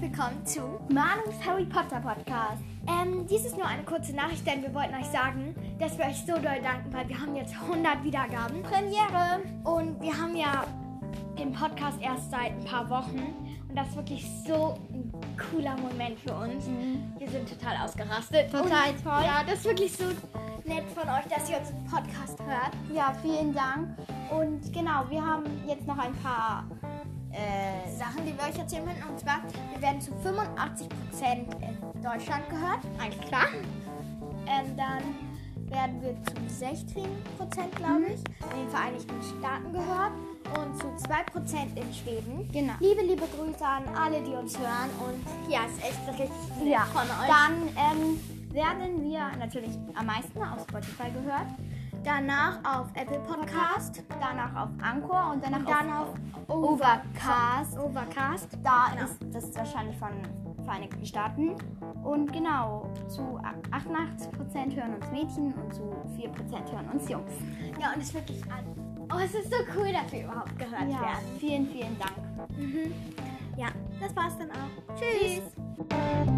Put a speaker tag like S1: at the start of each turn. S1: willkommen zu Manus Harry Potter Podcast. Ähm, dies ist nur eine kurze Nachricht, denn wir wollten euch sagen, dass wir euch so doll danken, weil wir haben jetzt 100 Wiedergaben. Premiere! Und wir haben ja den Podcast erst seit ein paar Wochen und das ist wirklich so ein cooler Moment für uns. Wir sind total ausgerastet.
S2: Mhm. Total
S1: und,
S2: toll.
S1: Ja, das ist wirklich so nett von euch, dass ihr unseren Podcast hört.
S2: Ja, vielen Dank. Und genau, wir haben jetzt noch ein paar. Äh,
S1: Sachen, die wir euch erzählen möchten. Und zwar, wir werden zu 85% in Deutschland gehört. Alles klar. Ähm, dann werden wir zu 16%, glaube
S2: Mhm.
S1: ich, in den Vereinigten Staaten gehört. Und zu 2% in Schweden.
S2: Genau.
S1: Liebe, liebe Grüße an alle, die uns hören. Und ja, ist echt richtig nett
S2: Ja.
S1: von euch.
S2: dann ähm, werden wir natürlich am meisten auf Spotify gehört,
S1: danach auf Apple Podcast,
S2: danach auf Anchor und danach
S1: und dann auf
S2: auf Overcast.
S1: Overcast.
S2: Da
S1: Genau.
S2: ist das ist wahrscheinlich von Vereinigten Staaten. Und genau, zu 88% hören uns Mädchen und zu 4% hören uns Jungs.
S1: Ja, und es ist wirklich alles. Oh, es ist so cool, dass wir überhaupt gehört werden. Mhm.
S2: vielen, vielen Dank.
S1: Ja, das war's dann auch. Tschüss.
S2: Tschüss.